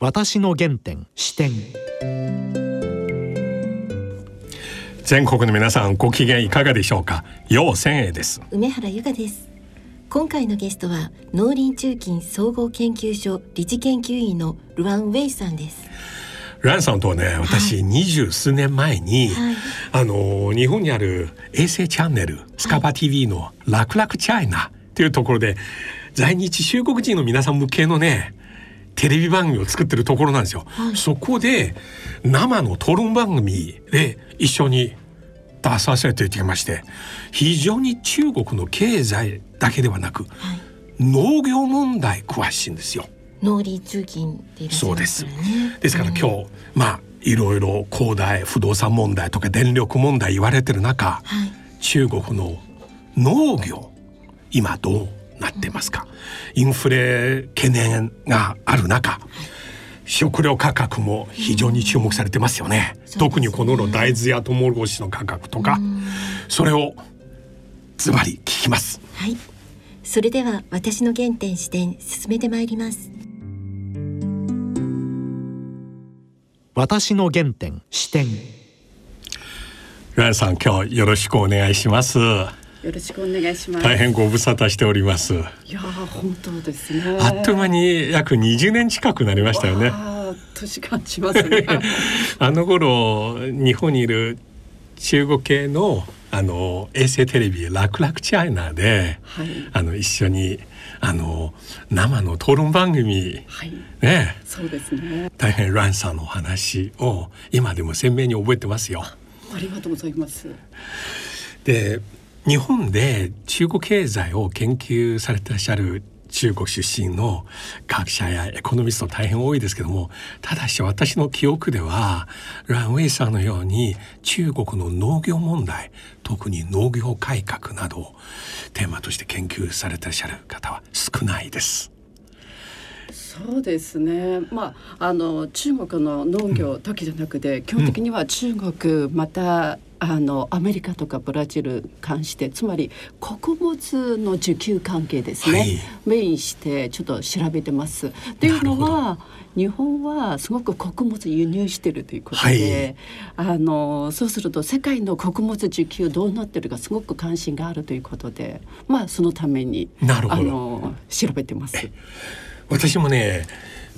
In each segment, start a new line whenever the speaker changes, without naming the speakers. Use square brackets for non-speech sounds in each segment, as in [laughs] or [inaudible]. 私の原点視点
全国の皆さんご機嫌いかがでしょうか陽千栄です
梅原由香です今回のゲストは農林中金総合研究所理事研究員のルワン・ウェイさんです
ランさんとはね私二十数年前に、
はい
あの日本にある衛星チャンネルスカパ TV の「ラクラクチャイナ」というところで在日中国人の皆さん向けのねテレビ番組を作ってるところなんですよ。
はい
そこで生の討論番組で一緒に出させていただきまして非常に中国の経済だけではなく
はい
農業問題詳しいんですよ。
農林中金でいらっしゃいますからね
ですから今
日、
日、まあいろいろ恒大不動産問題とか電力問題言われてる中
はい
中国の農業今どうなってますかインフレ懸念がある中食料価格も非常に注目されてますよね
すね
特にこの頃大豆やトウモロコシの価格とかそれをズバリ聞きます
はいそれでは私の原点視点進めてまいります
私の原点視点
ランさん今日よろしくお願いします
よろしくお願いします。
大変ご無沙汰しております
いやー本当ですね。
あっという間に約20年近くなりましたよね。
ああ年感じま
[laughs]
すね。
あの頃日本にいる中国系のあの衛星テレビ「ラクラクチャイナで」
はい
あの一緒にあの生の討論番組
はい
ね
そうですね。
大変ランさんのお話を今でも鮮明に覚えてますよ。
ありがとうございます。
で日本で中国経済を研究されてらっしゃる中国出身の学者やエコノミスト大変多いですけどもただし私の記憶ではランウェイさんのように中国の農業問題特に農業改革などをテーマとして研究されてらっしゃる方は少ないです。
そうですね。まああの中国の農業だけじゃなくて、基本的には中国またあのアメリカとかブラジル関してつまり穀物の需給関係ですね、
はい
メインしてちょっと調べてます。っていうの
な
は日本はすごく穀物輸入してるということで、あのそうすると世界の穀物需給どうなってるかすごく関心があるということでまあそのために
なるほど
あの調べてます。
私もね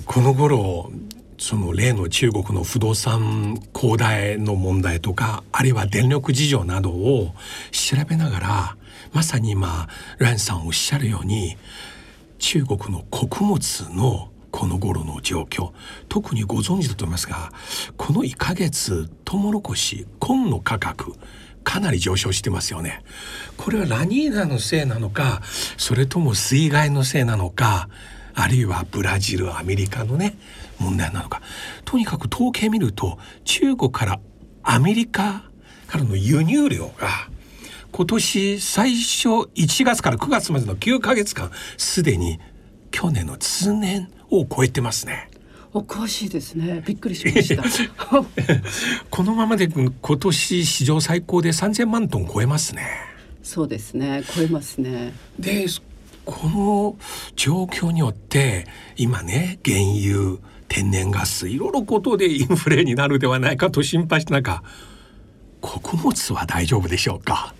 この頃その例の中国の不動産恒大の問題とかあるいは電力事情などを調べながらまさに今ランさんおっしゃるように中国の穀物のこの頃の状況特にご存知だと思いますがこの1ヶ月トウモロコシ紺の価格かなり上昇してますよねこれはラニーナのせいなのかそれとも水害のせいなのかあるいはブラジルアメリカのね問題なのかとにかく統計見ると中国からアメリカからの輸入量が今年最初1月から9月までの9ヶ月間すでに去年の通年を超えてますね。
お詳しいですね。びっくりしました。
[laughs] このままで今年史上最高で3000万トン超えますね。
そうですね。超えますね。
でこの状況によって今ね原油天然ガスいろいろことでインフレになるではないかと心配した中穀物は大丈夫でしょうか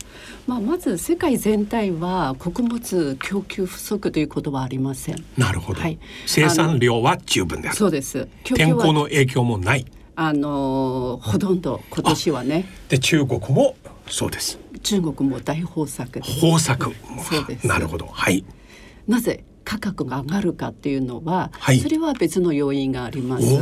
まあまず世界全体は穀物供給不足ということはありません。
なるほど、
はい
生産量は十分です
そうです。供給
天候
は
の影響もない
あのーほとんど今年はね、
で中国もそうです
中国も大豊作です。
豊作
そうです。
なるほどはい
なぜ価格が上がるかっていうのは、
はい
それは別の要因があります
お。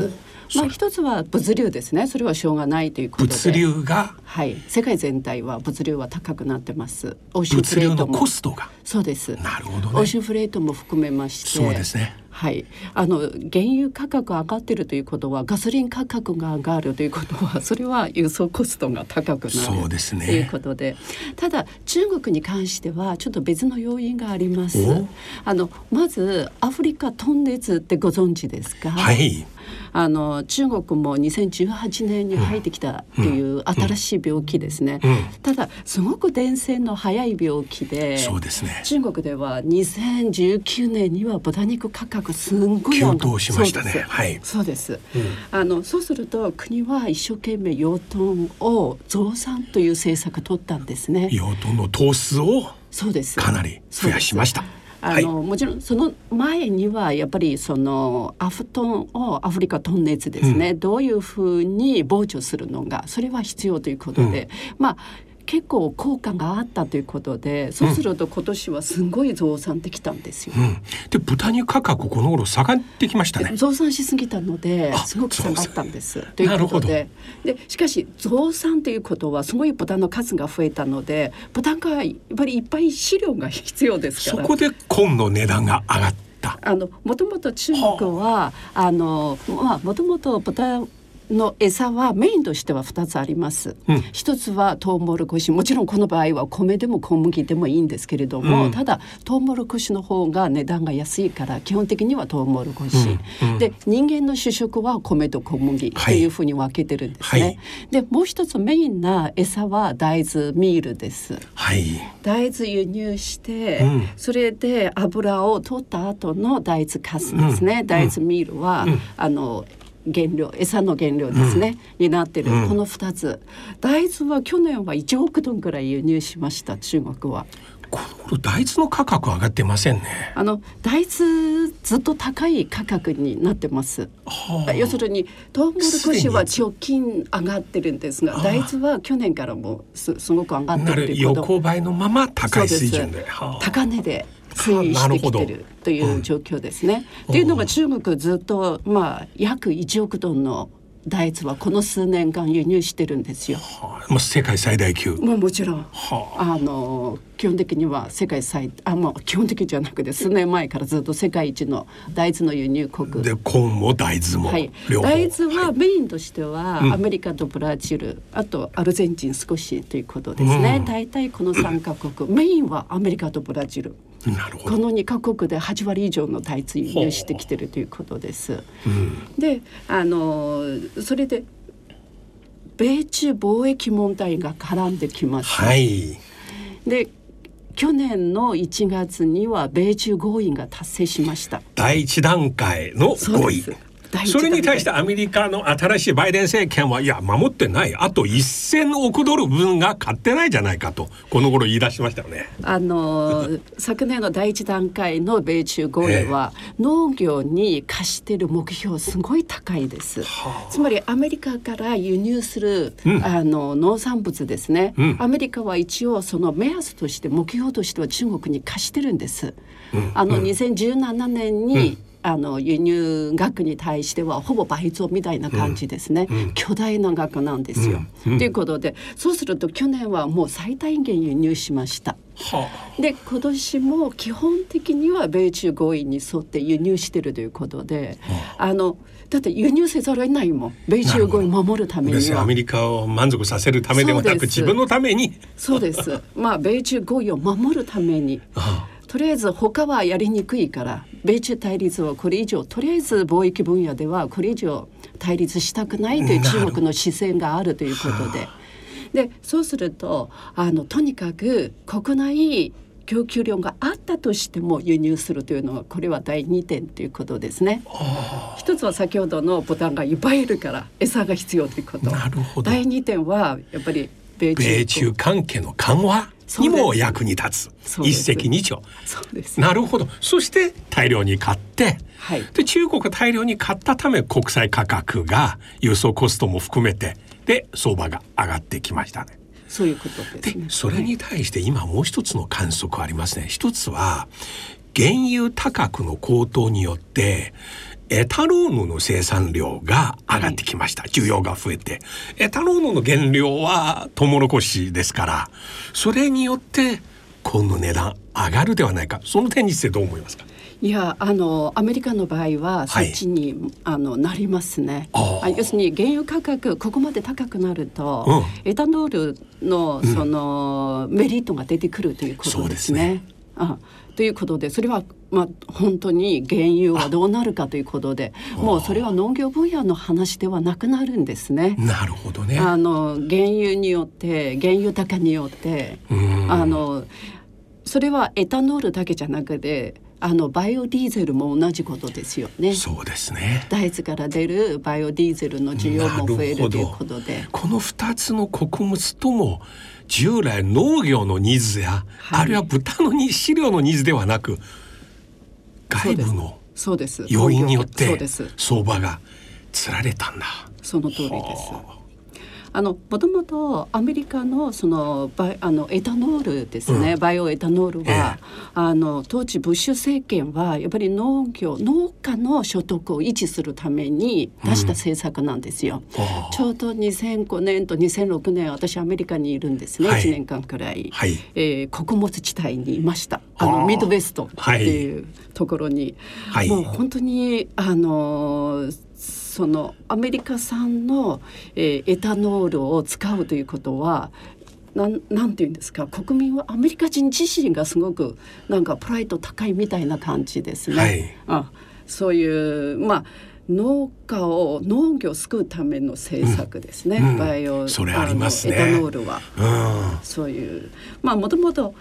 そ
ま
れ
あ一つは物流ですね。それはしょうがないということで。
物流が
はい、世界全体は物流は高くなってます。欧州プ
物
レ
流
ート
の
も
コストが
そうです。
なるほどね
欧州フレートも含めまして。
そうですね。
はい、あの原油価格が上がってるということはガソリン価格が上がるということは [laughs] それは輸送コストが高くなる
そうですね
ということでただ中国に関してはちょっと別の要因があります
お
あのまずアフリカトンネツってご存知ですか、
はい
あの中国も2018年に入ってきたっていう新しい病気ですね、
うんうん
ただすごく伝染の早い病気で
そうですね
中国では2019年には豚肉価格力すんごい
急
温度
騰しましたね
そうです
はい
そうです、
うん
あのそうすると国は一生懸命養豚を増産という政策取ったんですね
養豚の頭数を
そうです
かなり増やしました
そうです
は
あ
い
の、もちろんその前にはやっぱりそのアフトンをアフリカトンネツですね、どういうふうに防除するのがそれは必要ということで、まあ結構効果があったということでそうすると今年はすごい増産できたんですよ。
うん、で豚肉価格この頃下がってきましたね
増産しすぎたので
あ
すごく下がったんです。とい
な
う
る
こ
ほ
と
ど
ででしかし増産ということはすごい豚の数が増えたので豚がやっぱりいっぱい飼料が必要です
そ
から。
こで紺の値段が上がった
あのもともと中国はあのまあもともと豚の餌はメインとしては2つあります。
うん
一つはトウモロコシもちろんこの場合は米でも小麦でもいいんですけれど
う
も、
ん
ただトウモロコシの方が値段が安いから基本的にはトウモロコシ、
うんうん
で人間の主食は米と小麦というふうに分けてるんですね。
はい
でもう一つメインな餌は大豆ミールです。
はい
大豆輸入して、
うん
それで油を取った後の大豆カスですね、
うん
大豆ミールは、
うん
あの原料餌の原料ですね、になってる、
うん
この2つ大豆は去年は1億トンぐらい輸入しました中国は
この頃大豆の価格上がってませんね
あの大豆ずっと高い価格になってます
はあ
要するにトウモロコシは直近上がってるんですが
あー
大豆は去年からもすすごく上がって
な
る
る
ということ
横ばいのまま高い水準
そう
で
です
はあ
高値で推移してきてるという状況ですね。
うん
っていうのが中国ずっとまあ約1億トンの大豆はこの数年間輸入してるんですよ。
はあもう世界最大級
もうもちろん
は
あの基本的には世界最あまあ基本的じゃなくて数年前からずっと世界一の大豆の輸入
あ
国
でコーンも大豆も
はい、
両方、
大豆はメインとしては
うん
アメリカとブラジル、あとアルゼンチン少しということですね、
うん
大体この3カ国メインはアメリカとブラジル
なるほ
こ
ど、
の2カ国で8割以上の大豆輸入してきてるということです。
うん、
であのそれで米中貿易問題が絡んできます。
はい
で去年の1月には米中合意が達成しました。
第一段階の
そう
合
で
意
す第一
それに対し
段
て
階
アメリカの新しいバイデン政権はいや守ってないあと1000億ドル分が買ってないじゃないかとこの頃言い出しましたよね
あ [laughs] の昨年の第一段階の米中合意は農業に課している目標すごい高いです。つまりアメリカから輸入する、
うん
あの農産物ですね、
うん
アメリカは一応その目安として目標としては中国に貸してるんです。あの2017年に、あの輸入額に対してはほぼ倍増みたいな感じですね、巨大な額なんですよ。と、いうことでそうすると去年はもう最大限輸入しました。
は
で今年も基本的には米中合意に沿って輸入してるということで、あのだって輸入せざるを得ないもん米中合意守るため
別
に
にア
は
メリカを満足させるためではな
そう
く
です
自分のために
そうですまあ米中合意を守るために
あ
とりあえず他はやりにくいから米中対立はこれ以上とりあえず貿易分野ではこれ以上対立したくないという中国の姿勢があるということで。でそうするとあのとにかく国内供給量があったとしても輸入するというのはこれは第2点ということですね。一つは先ほどのボタンがいっぱいいるから餌が必要ということ。
なるほど
第2点はやっぱり米中
米中関係の緩和にも役に立つ
そうで
一
す
石二鳥
そうです。
なるほどそして大量に買って
はい
で中国が大量に買ったため国際価格が輸送コストも含めてで相場が上がってきましたね。
そういうことですね。
でそれに対して今もう一つの観測ありますね一つは原油価格の高騰によってエタノールの生産量が上がってきました、需要が増えてエタノールの原料はトウモロコシですからそれによって今の値段上がるではないかその点についてどう思いますか
いやあのアメリカの場合はそ
はい
っちに、あのなりますね
あー
あ要するに原油価格ここまで高くなると、
う
エタノールのその、メリットが出てくるというこ
そう
と
で
ですす
ね
ね。あということでそれは、まあ、本当に原油はどうなるかということでもうそれは農業分野の話ではなくなるんですね。
なるほどね。
あの原油によって原油高によって
うん
あのそれはエタノールだけじゃなくてあのバイオディーゼルも同じことですよね。
そうですね
大豆から出るバイオディーゼルの需要も増えるということで。
この2つの穀物とも従来農業のニーズや、
はい
あるいは豚のに飼料のニーズではなく外部の
そうです。
要因によって
そうです。
相場がつられたんだ。
その通りです。あのもともとアメリカのそのバイあのエタノールですね、
うん
バイオエタノールは、
え
あの当時ブッシュ政権はやっぱり農業農家の所得を維持するために出した政策なんですよ。
あ
ちょうど2005年と2006年私アメリカにいるんですね、
はい
1年間くらい、
はい
えー穀物地帯にいましたあ
あ
の
ー
ミッドウェストっていうところに、
はい
もう本当にあのーそのアメリカ産の、えーエタノールを使うということはなんなんていうんですか国民はアメリカ人自身がすごくなんかプライド高いみたいな感じですね。
はい
あそういうまあ農家を農業を救うための政策ですね、
うんうん
バイオ
それありますね
のエタノールは
あ
そういうまあもともと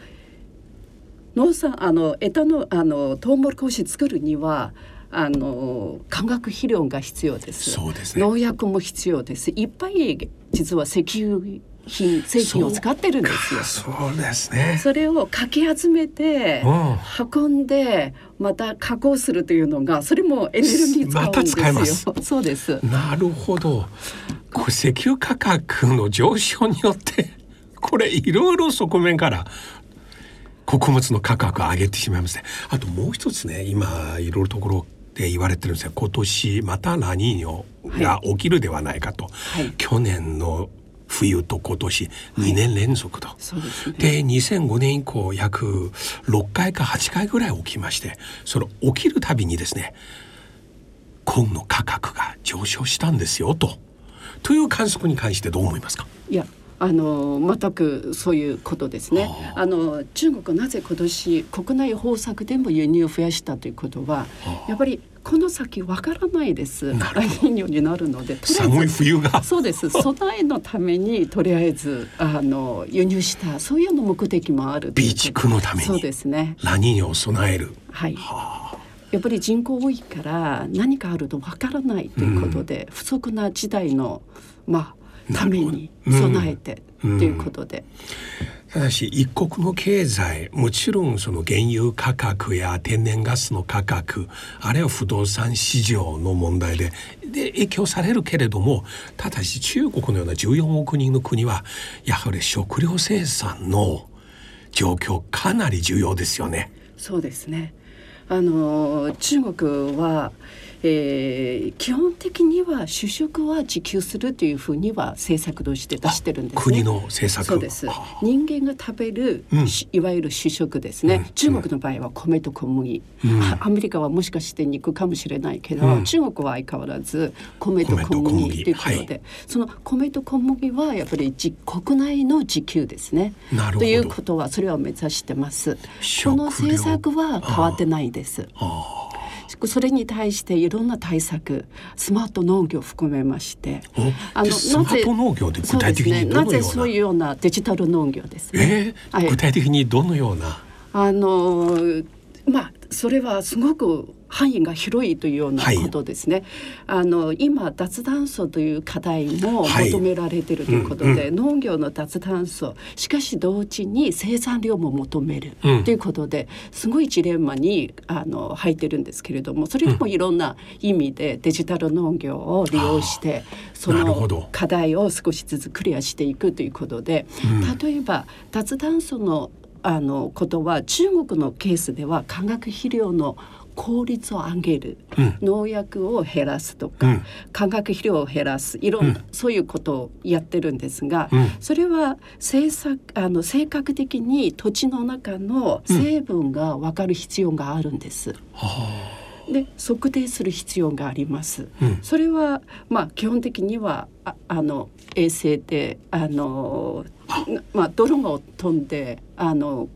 農産あのエタノあのトウモロコシ作るにはあの化学肥料が必要です
そうですね
農薬も必要ですいっぱい実は石油品製品を使ってるんで
う
すよ
ん。そうですね。
それをかき集めて、
うん
運んでまた加工するというのがそれもエネルギー使うんですよ。
また使えます
そうです。
なるほど。これ石油価格の上昇によって [laughs] これいろいろ側面から穀物の価格を上げてしまいますね。あともう一つね今いろいろところで言われてるんですが今年またラニーニョが起きるではないかと、
い
去年の冬と今年2年連続と、
そうですね。
で2005年以降約6回か8回ぐらい起きましてその起きるたびにですね紺の価格が上昇したんですよと。という観測に関してどう思いますか
いやあの全くそういうことですね。
あ
あの中国はなぜ今年国内豊作でも輸入を増やしたということはやっぱりこの先わからないです。
なるほど
ラニーニョになるのでとりあえず
寒い冬が
そう
[laughs]
です。備えのためにとりあえずあの輸入したそういうの目的もあるという
備
こ
蓄
と。
のため
そうで
に
すね。
ラニーニョを備える。
はい。やっぱり人口多いから何かあるとわからないということで、不足な時代のまあために備えてということで、
ただし一国の経済もちろんその原油価格や天然ガスの価格あるいは不動産市場の問題でで影響されるけれどもただし中国のような14億人の国はやはり食料生産の状況かなり重要ですよね。
そうですね。あの中国は、えー基本的には主食は自給するというふうには政策として出してるんですね。
国の政策
そうです
あ
人間が食べる、
うん
しいわゆる主食ですね、中国の場合は米と小麦、あアメリカはもしかして肉かもしれないけど、
うん
中国は相変わらず米と
米と小
小麦
麦
ということで、
はい
その米と小麦はやっぱり自国内の自給ですね
なるほど
ということはそれを目指してます
食料
この政策は変わってないです
あ
それに対していろんな対策スマート農業を含めまして
おでスマート農業って具体的にどのような
そうですね、なぜそういうようなデジタル農業ですね
えー
はい
具体的にどのような
あのーまあそれはすごく範囲が広いというような
はい
ことですね。あの今脱炭素という課題も
はい
求められているということで、
うんう
農業の脱炭素しかし同時に生産量も求める
うん
ということで、すごいジレンマにあの入ってるんですけれどもそれでもいろんな意味でデジタル農業を利用してそ
なるほ
の
ど
課題を少しずつクリアしていくということで、例えば脱炭素のあのことは中国のケースでは化学肥料の効率を上げる、
うん
農薬を減らすとか、
うん
化学肥料を減らすいろんな、そういうことをやってるんですが、
うん
それは政策あの性格的に土地の中の成分が分かる必要があるんです。で測定する必要があります。
うん
それはまあ基本的にはああの衛星であのまあドローンを飛んであの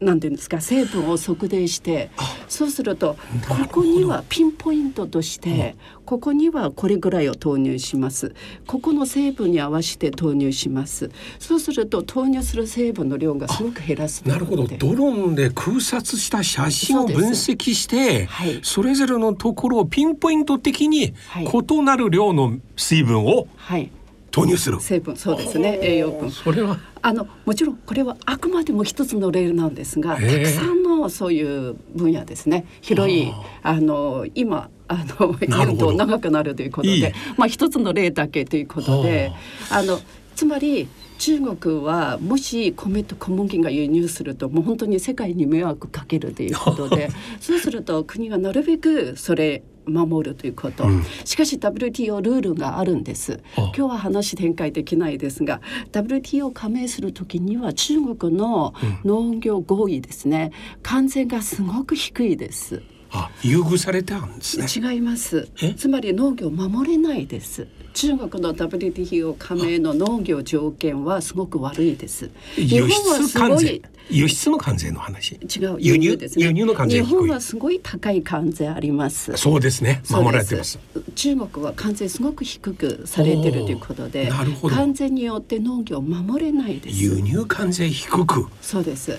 なんていうんですか成分を測定して
あ
そうすると
なるほど
ここにはピンポイントとしてここにはこれぐらいを投入しますここの成分に合わせて投入しますそうすると投入する成分の量がすごく減らす
なるほど
というこ
ドローンで空撮した写真を分析してそ,、
はい
れぞれのところをピンポイント的に
はい
異なる量の水分を
とではい
投入する、
成分そうですね栄養分
それは
あのもちろんこれはあくまでも一つの例なんですがた
へえ
くさんのそういう分野ですね広いあの今あの
なる
言
ほ
う
ど
と長くなるということで
いい
まあ、一つの例だけということであのつまり中国はもし米と小麦が輸入するともう本当に世界に迷惑かけるということ
[laughs]
でそうすると国がなるべくそれ守るということ、
うん
しかし WTO ルールがあるんです
あ
今日は話展開できないですが WTO 加盟する時には中国の農業合意ですね、関税がすごく低いです
あ優遇されたんですね。
違います
え
つまり農業を守れないです中国の WTO 加盟の農業条件はすごく悪いです日
輸
本は
出
すご
関税
い
輸出の関税の話
違う
輸入
ですね
輸入の関税
日
が低い
本はすごい高い関税あります
そうですね守られてます
そうです中国は関税すごく低くされてるということで
おーなるほど
関税によって農業を守れないです
輸入関税低く
そうです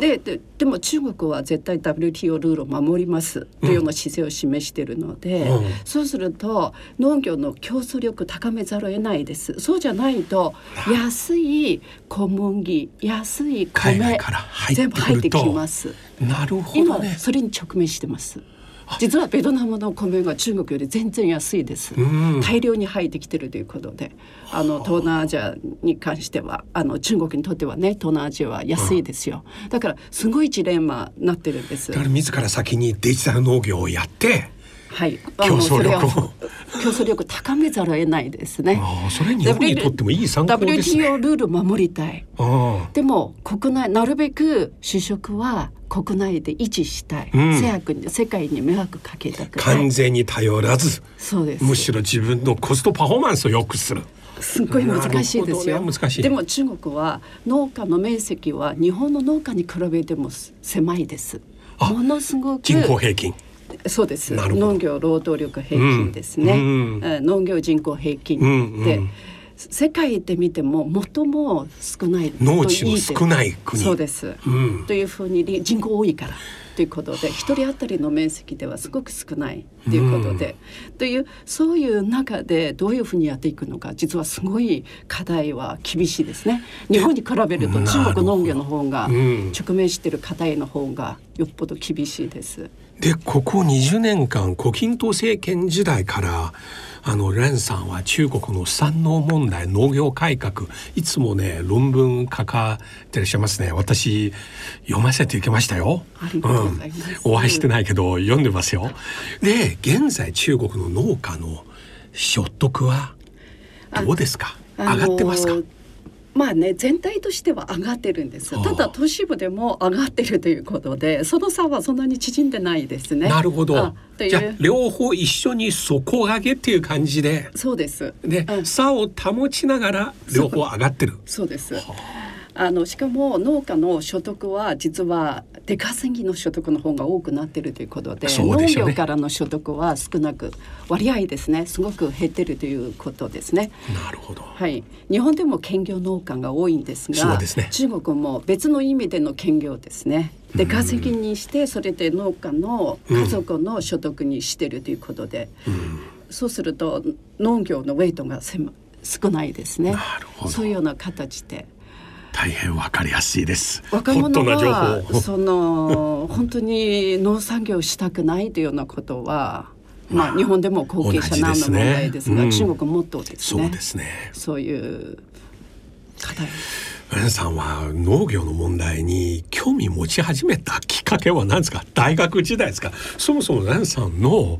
でででも中国は絶対 WTO ルールを守りますというような姿勢を示しているので、
うん
そうすると農業の競争力高めざるを得ないですそうじゃないと安い小麦安い
海外
米
から入って
全
くると
部入ってきます
なるほど
今
ね
それに直面してます実はベトナムの米が中国より全然安いです、
うん
大量に入ってきてるということであの東南アジアに関してはあの中国にとってはね東南アジアは安いですよ、だからすごいジレンマになってるんです
だから自ら先にデジタル農業をやって
はい
競争力を
あのそれは競争力を高めざるを得ないですね
ああそれ日本にとってもいい参考ですね
WTO ルール守りたい
あ
でも国内なるべく主食は国内で維持したい、
うん
世界に世界に迷惑かけたく
あ
ない
関税に頼らず
そうです
むしろ自分のコストパフォーマンスを良くする
すっごい難しいです
なる
よ、
ほどね難しい
でも中国は農家の面積は日本の農家に比べても狭いです
あ
ものすごく
人口平均
そうです
なるほど
農業労働力平均ですね、
うんうん
えー農業人口平均
うんうん
で、世界で見ても最も少ないと
農地の少ないい
です
国
そうです、
うん
というふうにり人口多いからということで一人当たりの面積ではすごく少ないということで、というそういう中でどういうふうにやっていくのか実はすごい課題は厳しいですね日本に比べると中国農業の方が
うん
直面している課題の方がよっぽど厳しいです。
でここ20年間胡錦涛政権時代からあの連さんは中国の産農問題農業改革いつもね論文書かってらっしゃいますね私読ませていきましたよ
ありがとうございます
うん、お会いしてないけど読んでますよで現在中国の農家の所得はどうですか
あ
上
の
がってますか
まあね全体としては上がってるんです
ああ
ただ都市部でも上がってるということでその差はそんなに縮んでないですね
なるほ
あ
ど
とい
じゃあ
う
両方一緒に底上げっていう感じで
そうです
で、
うん
差を保ちながら両方上がってる
そうです。あのしかも農家の所得は実は出稼ぎの所得の方が多くなってるということで
そうでしょうね
農業からの所得は少なく割合ですねすごく減ってるということですね。
なるほど
はい、日本でも兼業農家が多いんですが
そうですね
中国も別の意味での兼業ですね。で稼ぎにしてそれで農家の家族の所得にしてるということで、そうすると農業のウェイトが狭少ないですね
なるほど
そういうような形で
大変わかりやすいです
若者
ホットな情
が
報
その [laughs] 本当に農産業をしたくないというようなことは、まあ、日本でも後継者
同
な
じです
んの問
ね
題ですが
うん
中国もっとです
そう
ね
ですね
そういう課題
皆さんは農業の問題に興味持ち始めたきっかけは何ですか大学時代ですかそもそも皆さんの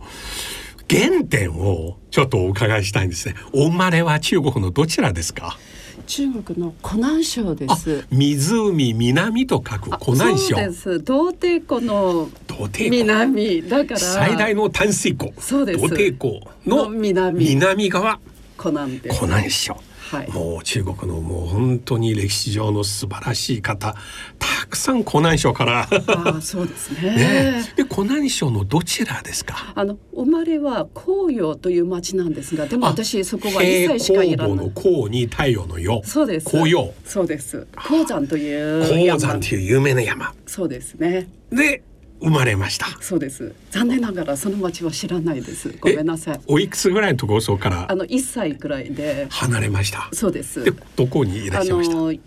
原点をちょっとお伺いしたいんですねお生まれは中国のどちらですか
中国の湖南省で
あ
す。
湖南と書く湖南省
そうです。道帝湖の
土手湖
南だから
最大の淡水湖
そうです
土手湖の
の南
南側
湖南です。
湖南省
はい
もう中国のもう本当に歴史上の素晴らしい方たくさん湖南省から
ああそうです
[laughs] ね
ね。
えで湖南省のどちらですか
あの生まれは紅葉という町なんですが、でも
あ
私そこは一切しかいら
平
な
行棒の
い。
甲に太陽の陽
そうです。
紅葉
そうです。紅山という
鉱
山
山という有名な山
そうですね。
で生まれました
そうです。残念ながらその町は知らないです。ごめんなさい。
おいくつぐらいのところから
あの一歳くらいで、
離れました
そうです。
でどこにいら
あ
っしゃいました
のい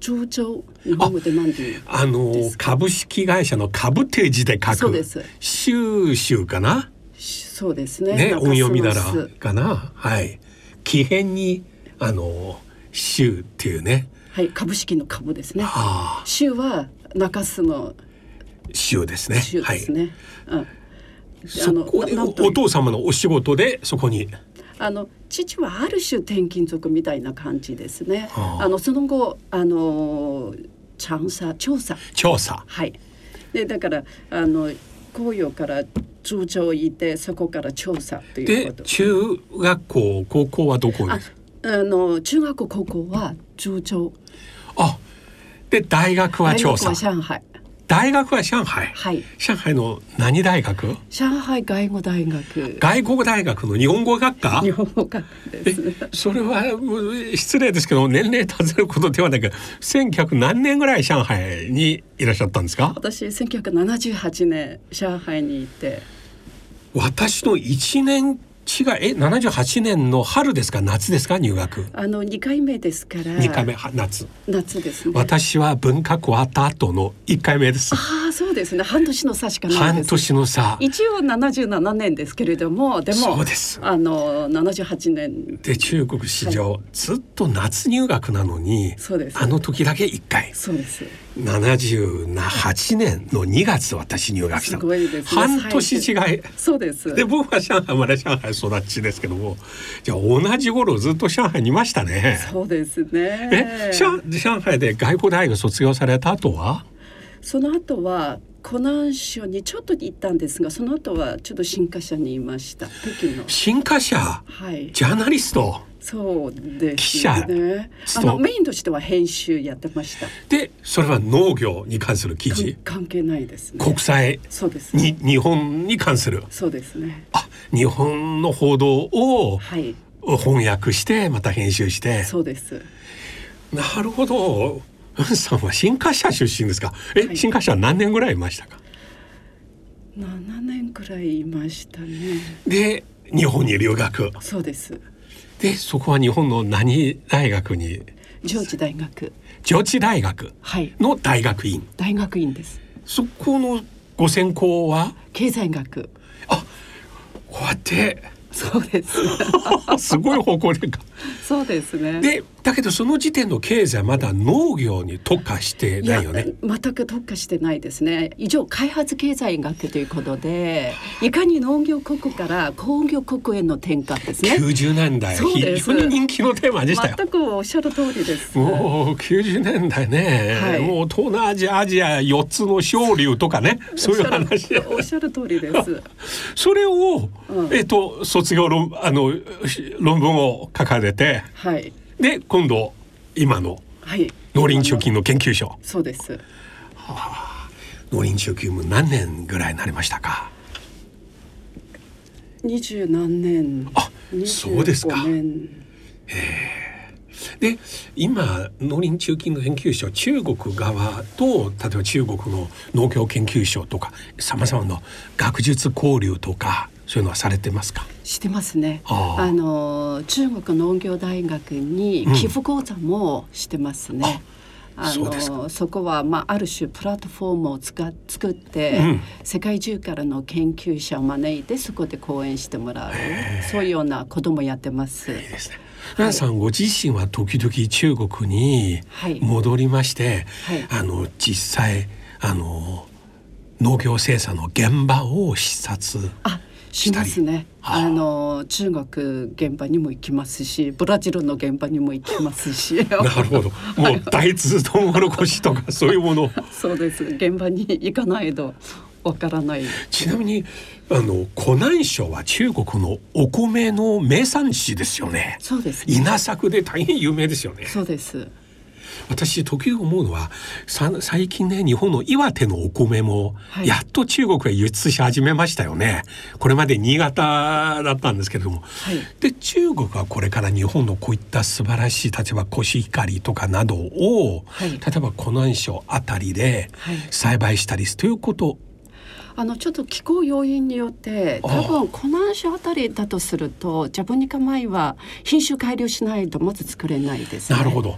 上長日本語でなんていう。
あの
です
株式会社の株定時で書
そう
く
です
収集かな
そうですね。
ね
なんか
音読みなら
そのす
かなはい奇変にあの州っていうね
はい、株式の株ですね。
ああ
州は中洲の
州ですね
州ですね。うんあ
そ
の
こで
な
お
なんという
お父様のお仕事でそこに
あの父はある種転勤族みたいな感じですね。
はあ
あのその後あの調査調査
調査
はい。でだからあの紅葉から中朝行ってそこから調査という
で
こと。
中学校高校はどこ
あ
ですか
あの中学校高校は中朝
あで大学は
大学
調
は
査
上海
大学は上海、
はい
上海の何大学
上海外語大学
外国大学の日本語学科
日本語学科ですね。
それはうん失礼ですけど年齢尋ねることではなく1900何年ぐらい上海にいらっしゃったんですか
私1978年上海にいて
私の1年違いえ78年の春ですか夏ですか入学
あの2回目ですから
2回目は夏
夏ですね
私は文化校終わった後の1回目です
ああそうですね半年の差しかない
半
です
年の差
一応77年ですけれどもでも
そうです
あの78年
で中国史上ずっと夏入学なのに
そうです
あの時だけ1回
そうです
78年の2月私入学した
すごいですね
半年違い
そうで
[laughs]
す
で僕は上海生まれ上海育ちですけどもじゃあ同じ頃ずっと上海にいましたね
そうですね
え上上海で外国大学卒業された後は
その後は湖南省にちょっと行ったんですがその後はちょっと新華社にいました北京の
新華社
はい
ジャーナリスト
そうですね
記者
あ
そ
の
う
メインとしては編集やってました
でそれは農業に関する記事
関係ないですね
国際
そうです
に日本に関する
そうですね
あ日本の報道を
はい
翻訳してまた編集して
そうです
なるほど。ウンさんは新華社出身ですか。え、
はい
新華社何年ぐらいいましたか。
7年くらいいましたね
で、日本に留学。
そうです
で、そこは日本の何大学に。
上智大学
上智大学
はい
の大学院。
大学院です
そこのご専攻は。
経済学
こうや
[laughs]
って。
そうです
[laughs] すごい方向転換。
そうですね
で、だけど、その時点の経済はまだ農業に特化して
い
な
や
いよね。
全く特化してないですね以上開発経済学ということでいかに農業国から工業国への転換ですね
90年代、
そう
非
です
常に人気のテーマでしたよ。
全くおっしゃる通りです
もう90年代ね、
はい
もう東南アジアアジア4つの昇竜とかねそういう話
おっしゃる通りです。
それを、
うん
えっと卒業論あのし論文を書かれて
はい。
で今度今の
はい。
農林中金の研究所
そうです。
農林中金も何年ぐらいになりましたか
二十何年。
あそうですか
25年
で今農林中金の研究所中国側と例えば中国の農業研究所とかさまざまな学術交流とかそういうのはされてますか
してますね。
あ
あ
あ
の中国農業大学に寄付講座もしてますね。あ
そうです
のそこは、まあ、ある種プラットフォームを使っ作って、
うん
世界中からの研究者を招いてそこで講演してもらうそういうようなこともやってます。
いいですね。ランさんご自身は時々中国に
はい
戻りまして、
はい
あの実際あの農業生産の現場を視察。
あしますね。
はあ
あの中国現場にも行きますし、ブラジルの現場にも行きますし。
[laughs] なる
[laughs]
ほど。もう大豆トウモロコシとかそういうもの。
そうです。現場に行かないとわからない
ちなみにあの湖南省は中国のお米の名産地ですよね
そうですね
稲作で大変有名ですよね
そうです
私時々思うのはさ最近ね日本の岩手のお米も
はい
やっと中国へ輸出し始めましたよね、これまで新潟だったんですけれども、
い
で中国はこれから日本のこういった素晴らしい例えばコシヒカリとかなどを、
はい
例えば湖南省あたりで
はい
栽培したりということ
あのちょっと気候要因によって
あ
多
あ
分湖南省あたりだとするとジャブニカ米は品種改良しないとまず作れないです、ね、
なるほど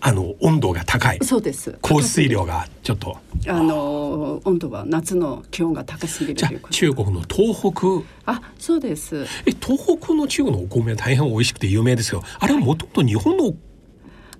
あの温度が高い
そうです
降水量がちょっと
あの温度は夏の気温が高すぎる
じ
と
ゃ
いうこ
あ
と
中国の東北
あそうです
え東北の中国のお米は大変美味しくて有名ですよあれはもともと日本の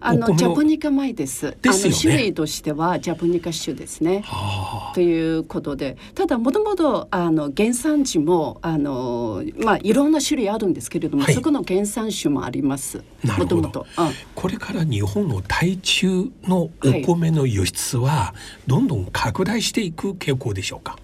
あ
お
の
米を
ジャポニカ米です
ですよね
あの種類としてはジャポニカ種ですね
あ
ということでただもともとあの原産地もあの、まあ、いろんな種類あるんですけれども、
はい
そこの原産種もあります
なるほ
も
ど
ともと。うん
ーこれから日本の対中のお米の輸出はどんどん拡大していく傾向でしょうか、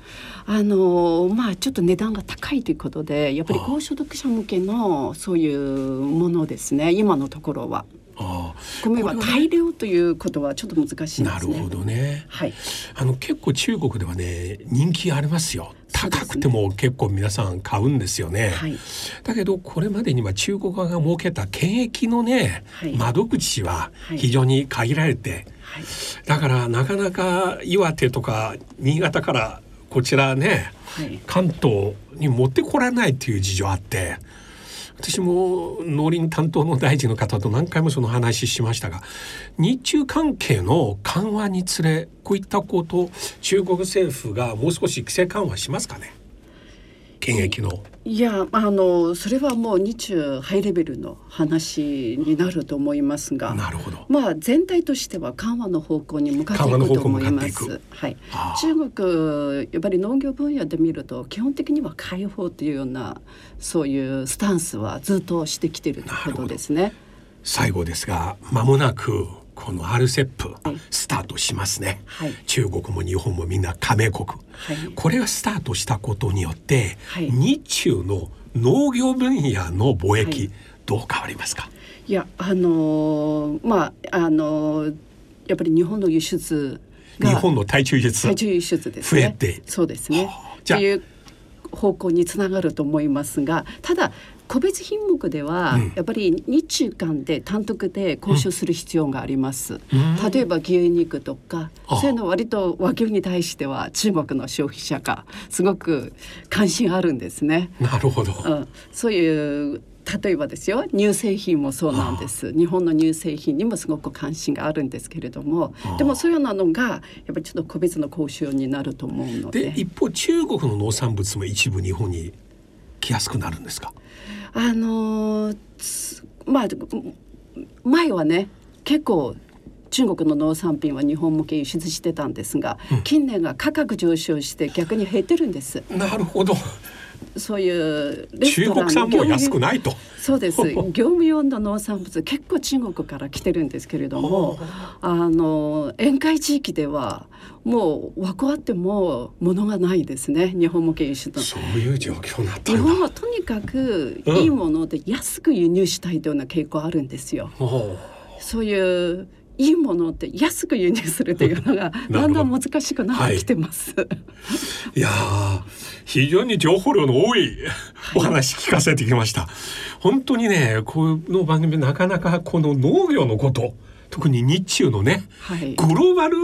あのまあちょっと値段が高いということでやっぱり高所得者向けのそういうものですね今のところは。
あ
米は大量ということはちょっと難しいです
あ
ね。
なるほどね
はい
あの結構中国ではね人気ありますよ
そうです
高
ね
くても結構皆さん買うんですよね、
はい
だけどこれまでには中国側が設けた検疫のね、
はい
窓口は
はい
非常に限られて、
はい
だからなかなか岩手とか新潟からこちらね
はい
関東に持ってこられないっていう事情あって私も農林担当の大臣の方と何回もその話しましたが日中関係の緩和につれこういったこと中国政府がもう少し規制緩和しますかね検疫の。
いやあのそれはもう日中ハイレベルの話になると思いますが。
なるほど
まあ全体としては緩和の方向に向かってい
緩和の
く
方
と
向に
思
向か
い
って
ま
いく
す。はい
ああ。
中国やっぱり農業分野で見ると基本的には開放というようなそういうスタンスはずっとしてきてるということですね。
最後ですが間もなくこの RCEP
はい
スタートしますね、
はい
中国も日本もみんな加盟国、
はい
これがスタートしたことによって、
はい
日中の農業分野の貿易、
はい
どう変わりますか
いやあのーまああのーやっぱり日本の輸出が
日本の対中輸出
最重輸出です
増
ね。
えて
そうですね
はあ。じ
と
ゃあ
いう方向につながると思いますが、ただ個別品目では
うん
やっぱり日中間で単独で交渉する必要があります。
うん
例えば牛肉とか
あ
そういうの割と和牛に対しては中国の消費者がすごく関心あるんですね。
なるほど、
うん、そういう例えばですよ乳製品もそうなんです日本の乳製品にもすごく関心があるんですけれども
あ
でもそういうのがやっぱりちょっと個別の交渉になると思うの
で
で
一方中国の農産物も一部日本に来やすくなるんですか
あのーつまあうん前はね結構中国の農産品は日本向け輸出してたんですが、近年は価格上昇して逆に減ってるんです
なるほど
そういうレス
中
トラン
国産も安く
い
ないと
そ
[laughs]
うです業務用の農産物結構中国から来てるんですけれどもあの沿海地域ではもう枠あっても物がないですね日本向け輸出の。
そういう状況になった
日
んだ
本はとにかく
うん
いいもので安く輸入したいというような傾向あるんですよ。
おう
そういういいものって安く輸入するとい
[laughs]
うのが
ど
だんだん難しくなってきてます。
いやー非常に情報量の多いお話聞かせてきました。本当にねこの番組なかなかこの農業のこと特に日中のね
はい。
グローバル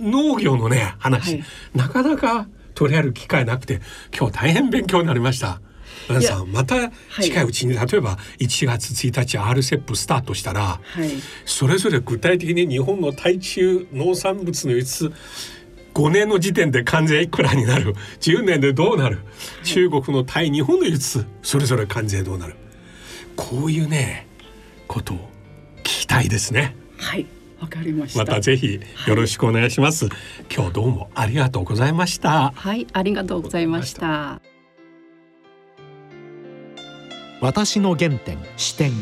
農業のね話、
はい
なかなか取り上げる機会なくて今日大変勉強になりました。皆さんまた近いうちに、例えば1月1日 RCEP スタートしたら
はい。
それぞれ具体的に日本の対中農産物の輸出5年の時点で関税いくらになる10年でどうなる中国の対日本の輸出それぞれ関税どうなるこういうねことを聞きたいですね
はい。わかりました。
またぜひよろしくお願いします、今日どうもありがとうございました
はい、ありがとうございました。
私の原点視点
い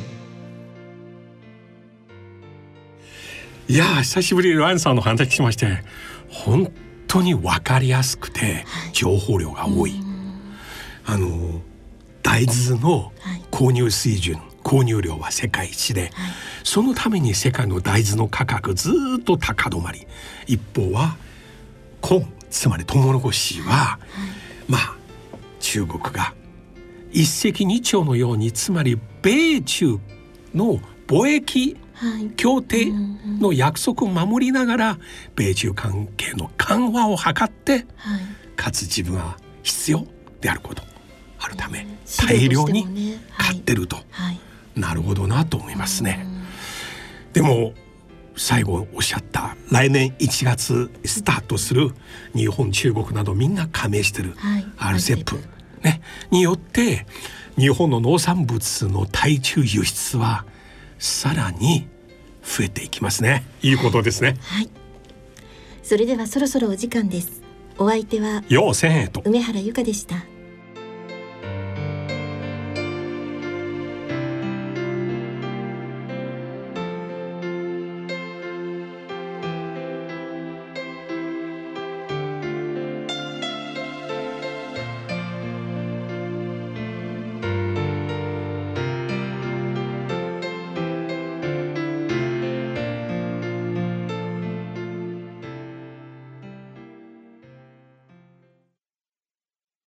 やー久しぶりにロアンさんの話しまして本当に分かりやすくて情報量が多い、あの大豆の
はい
購入水準購入量は世界一で、そのために世界の大豆の価格ずーっと高止まり一方はコーンつまりトウモロコシは、まあ中国が一石二鳥のようにつまり米中の貿易
はい
協定の約束を守りながら米中関係の緩和を図って
はい
かつ自分は必要であることあるため
資
大
料
量
として
に
もねは
買っ
い
てると、
はい
なるほどなと思いますね。でも最後おっしゃった来年1月スタートする日本中国などみんな加盟してる
はいは
RCEP
い
ねによって日本の農産物の対中輸出はさらに増えていきますねいいことですね
はいそれではそろそろお時間ですお相手は
要せんへと
梅原由香でした